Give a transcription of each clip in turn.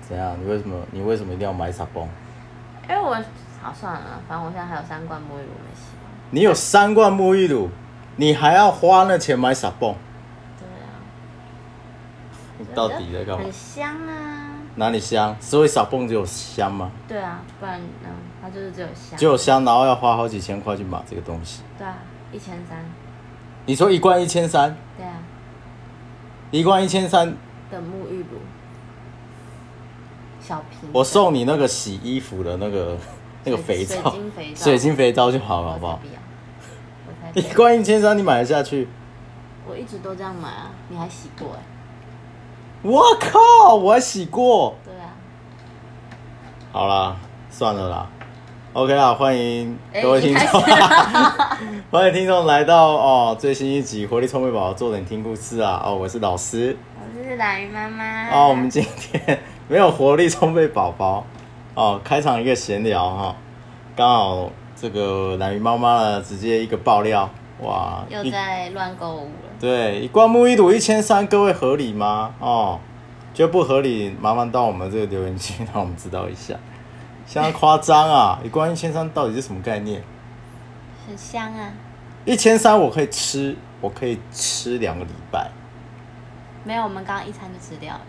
怎样？你为什么你为什么一定要买傻崩？因哎为我好算了，反正我现在还有三罐沐浴乳没洗。你有三罐沐浴乳，你还要花那钱买傻泵，对啊，你到底在干嘛很？香啊。哪里香？所以傻泵只有香吗？对啊，不然嗯，它就是只有香。只有香，然后要花好几千块去买这个东西。对啊，一千三。你说一罐一千三，对啊，一罐一千三，的沐浴乳，小瓶。我送你那个洗衣服的那个那个肥皂水晶肥，皂水晶肥皂就好了，我好才不好不？要，我才不一要罐一千三，你买得下去？我一直都这样买啊，你还洗过哎、我靠，我还洗过。对啊，好啦，算了啦。OK 啦，欢迎各位哎听你开众，始 欢迎听众来到哦最新一集《活力充沛宝宝坐等听故事》啊！哦，我是老师我是懒鱼妈妈。哦，我们今天没有活力充沛宝宝哦，开场一个闲聊哈、刚好这个蓝鱼妈妈呢直接一个爆料哇，又一在乱购物了。对一罐沐浴乳一千三，各位合理吗？哦，觉得不合理，麻烦到我们这个留言区让我们知道一下。相当夸张啊！ 一罐一千三到底是什么概念？很香啊，一千三我可以吃，我可以吃两个礼拜。没有，我们刚刚一餐就吃掉了。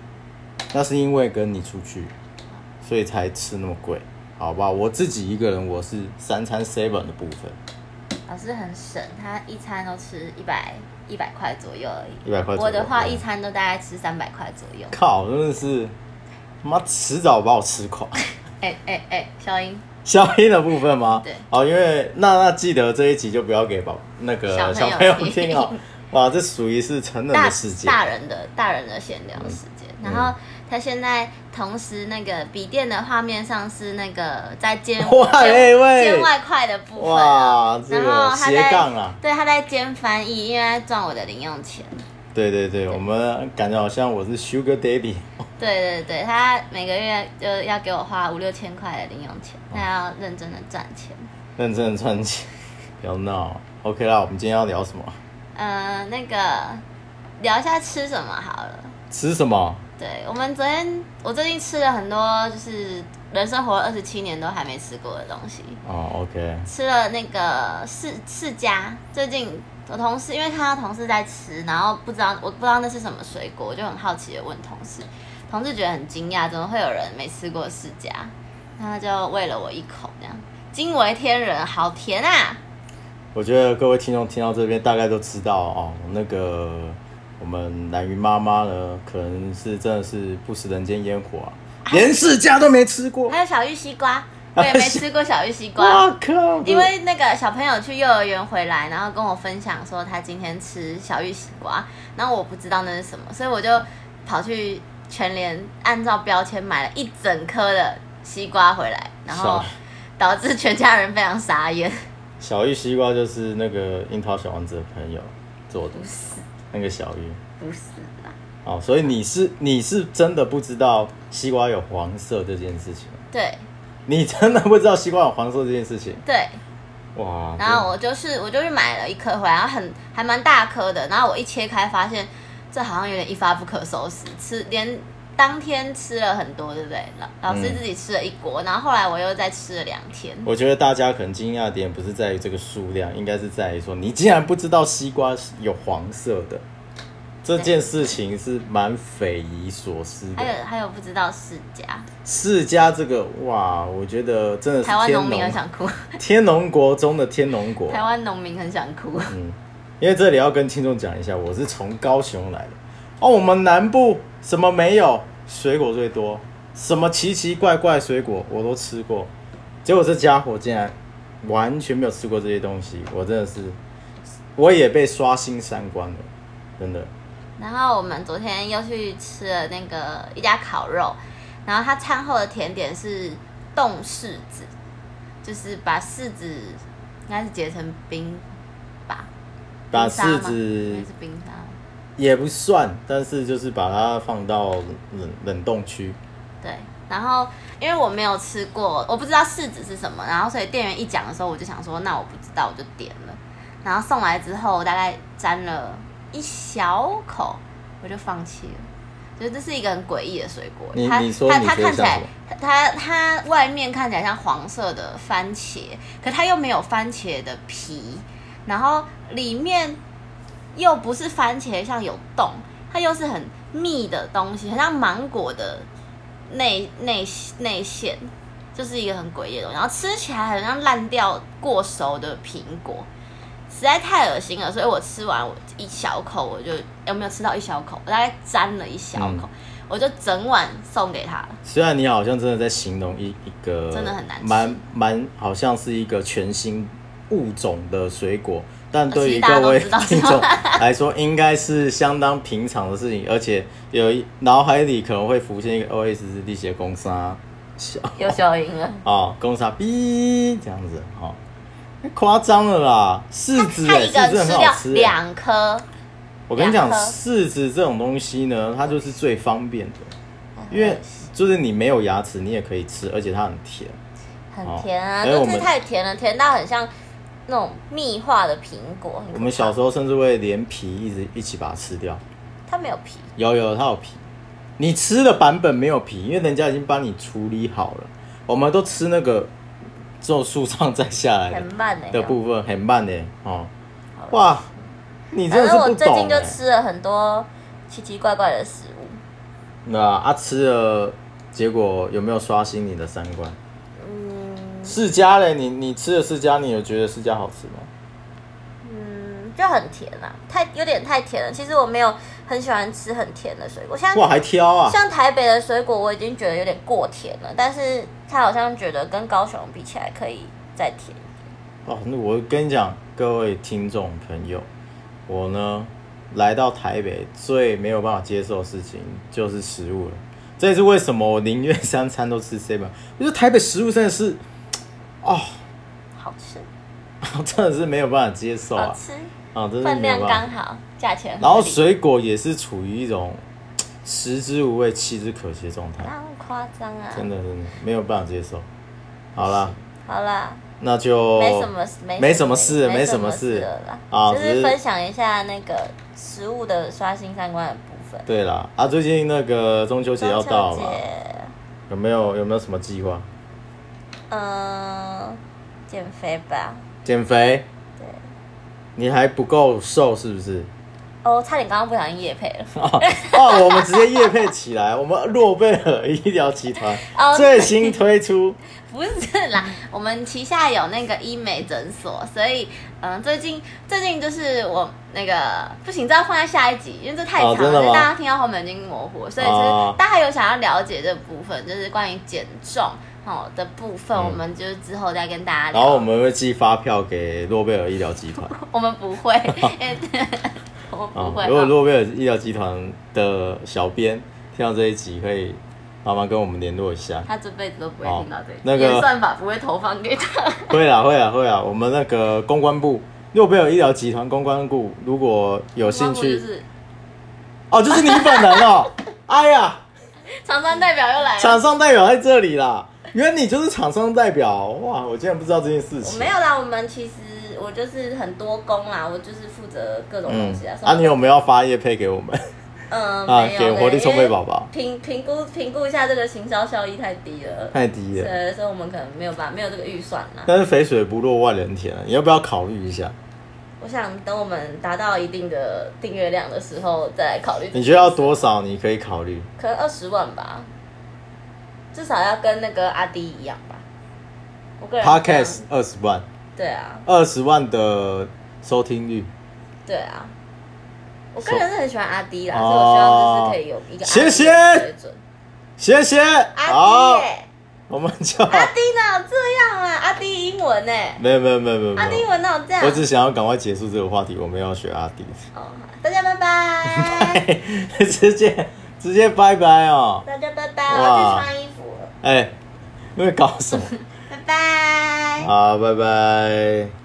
那是因为跟你出去，所以才吃那么贵，好吧？我自己一个人我是三餐 seven 的部分，老师很省，他一餐都吃一百一百块左右而已。 100块左右我的话，嗯一餐都大概吃三百块左右。靠，真的是，妈迟早把我吃垮。哎哎哎，小英，消音的部分吗？对哦，因为娜娜记得这一集就不要给宝那个小朋友小朋友听听 哦。哇，这属于是成人大的世界。大人的大人的闲聊时嗯间。然后他现在同时那个笔电的画面上是那个在肩 哇哎喂肩外块的部分啊、哇，这然个后他斜在杠啊！对他在兼翻译，因为他赚我的零用钱。对对对，我们感觉好像我是 Sugar Daddy，对对对，他每个月就要给我花五六千块的零用钱，哦那要认真的赚钱。认真的赚钱，不要闹。OK 啊啦，我们今天要聊什么？呃，那个聊一下吃什么好了。吃什么？对我们昨天，我最近吃了很多，就是人生活了二十七年都还没吃过的东西。哦，OK，吃了那个世世家，最近我同事因为看到同事在吃，然后不知道我不知道那是什么水果，我就很好奇的问同事，同事觉得很惊讶，怎么会有人没吃过世家？那他就喂了我一口，这样惊为天人，好甜啊！我觉得各位听众听到这边大概都知道哦，那个我们蓝鱼妈妈呢，可能是真的是不食人间烟火啊，连世家都没吃过。还有小玉西瓜，我也没吃过小玉西 瓜。哇靠！因为那个小朋友去幼儿园回来，然后跟我分享说他今天吃小玉西瓜，然后我不知道那是什么，所以我就跑去全联按照标签买了一整颗的西瓜回来，然后少导致全家人非常傻眼。小玉西瓜就是那个樱桃小丸子的朋友做的，那个小玉。不是啦，哦，所以你是你是真的不知道西瓜有黄色这件事情，对你真的不知道西瓜有黄色这件事情，对，哇！然后我就是我就去买了一颗回来，然后很还蛮大颗的，然后我一切开发现这好像有点一发不可收拾，吃连当天吃了很多，对不对？老老师嗯自己吃了一锅，然后后来我又再吃了两天。我觉得大家可能惊讶的点不是在于这个数量，应该是在于说你竟然不知道西瓜是有黄色的这件事情是蛮匪夷所思还的。有还有不知道世家，世家这个哇，我觉得真的是台湾农天民很龙想哭，天龙国中的天龙国。台湾农民很想哭。 嗯，因为这里要跟听众讲一下，我是从高雄来的。哦，我们南部什么没有，水果最多，什么奇奇怪怪水果我都吃过，结果这家伙竟然完全没有吃过这些东西，我真的是，我也被刷新三观了，真的。然后我们昨天又去吃了那个一家烤肉，然后它餐后的甜点是冻柿子，就是把柿子应该是结成冰吧，把冰沙吗柿子应该是冰沙吗，也不算，但是就是把它放到冷冷冻区，对。然后因为我没有吃过，我不知道柿子是什么，然后所以店员一讲的时候，我就想说那我不知道，我就点了。然后送来之后，我大概沾了一小口，我就放弃了。就是这是一个很诡异的水果你。它你说它你它觉得看起来像什么它它外面看起来像黄色的番茄，可它又没有番茄的皮，然后里面又不是番茄像有洞，它又是很密的东西，很像芒果的内内内馅。就是一个很诡异的东西，然后吃起来很像烂掉过熟的苹果，实在太恶心了，所以我吃完我一小口我就有没有吃到一小口，我大概沾了一小嗯口，我就整碗送给他了。虽然你好像真的在形容一一个真的很难吃蛮蛮好像是一个全新物种的水果，但对于啊其实大家各都位知道 听是吗众来说，应该是相当平常的事情，而且有一脑海里可能会浮现一个 OS 是地铁公杀小有小赢了，哦，公杀 B 这样子哦，太夸张了啦！柿子他欸，一个柿人子吃很掉好吃欸、两颗，我跟你讲，两颗柿子这种东西呢，它就是最方便的，因为就是你没有牙齿，你也可以吃，而且它很甜。很甜哦啊，哎我但们是太甜了，甜到很像那种蜜化的苹果。很可我们小怕时候甚至会连皮一直一起把它吃掉。它没有皮，有有，它有皮。你吃的版本没有皮，因为人家已经帮你处理好了。我们都吃那个做树上摘下来很的慢哎、的部分，很慢的哦。好了哇，你真反的是正我不最近懂、就欸。吃了很多奇奇怪怪的食物，那啊，吃了结果有没有刷新你的三观？嗯世家嘞，你你吃的世家，你有觉得世家好吃吗？嗯，就很甜啦、太有点太甜了。其实我没有很喜欢吃很甜的水果，像哇，还挑啊！像台北的水果，我已经觉得有点过甜了，但是他好像觉得跟高雄比起来可以再甜。哦，那我跟你讲，各位听众朋友，我呢来到台北最没有办法接受的事情就是食物了。这也是为什么我宁愿三餐都吃 seven。我觉得台北食物真的是，哦，好吃，真的是没有办法接受好啊！吃，啊，真的是分没有量办刚法。好，价钱合理然后水果也是处于一种食之无味、弃之可惜的状态，哪有夸张啊？真的真的没有办法接受。好啦，好啦，那就没什么，没哦没没什么事没没什什么么事了啦。啊就只是是分享一下那个食物的刷新三观的部分。对啦，啊，最近那个中秋节要到中秋了。节有没有有没有什么计划？嗯，减肥吧。减肥？对，你还不够瘦是不 是？哦，差点刚刚不小心夜配了。 啊，啊我们直接夜配起来，我们诺贝尔医疗集团哦最新推出不是啦，我们旗下有那个医美诊所，所以嗯，最近最近就是我那个不行，这要放在下一集，因为这太长哦真的了，吗就大家听到后面已经模糊了，所以就是、哦大家有想要了解这部分，就是关于减重。哦的部分，嗯我们就是之后再跟大家聊。然后我们会寄发票给诺贝尔医疗集团。 我们 不会，因为我们啊不会。，如果好诺贝尔医疗集团的小编听到这一集，可以麻烦跟我们联络一下。他这辈子都不会哦听到这一集，那个演算法不会投放给他。会啦，会啦，会啦！我们那个公关部，诺贝尔医疗集团公关部，如果有兴光顾就趣，是哦，就是你本人 哦！哎呀，厂商代表又来了。厂商代表在这里啦，原来你就是厂商代表哇！我竟然不知道这件事我情。没有啦，我们其实我就是很多工啦，我就是负责各种东西啊。什么啊，你有没有要发叶配给我们嗯，啊？没有给对活力充沛因为宝宝，评评估评估一下这个行销效益太低了，太低了。对，所以我们可能没有办法，没有这个预算啦。但是肥水不落外人田啊，你要不要考虑一下？我想等我们达到一定的订阅量的时候再来考虑。你觉得要？多少？你可以考虑。可能二十万吧，至少要跟那个阿迪一样吧。我个人是这样 Podcast 二十万，对啊，二十万的收听率，对啊，我个人是很喜欢阿迪啦，所以我希望就是可以有一个阿迪哦谢的谢水准。谢谢。阿啊好迪，耶，我们就 阿迪哪有这样啊？阿迪英文呢？没有没有没有没有阿迪没英有，文哪有这样？我只想要赶快结束这个话题，我们要学阿迪，哦，好大家拜拜， 直接直接拜拜哦。大家拜拜，哇我要去穿衣服了，哎，因为搞什么？拜拜。好，拜拜。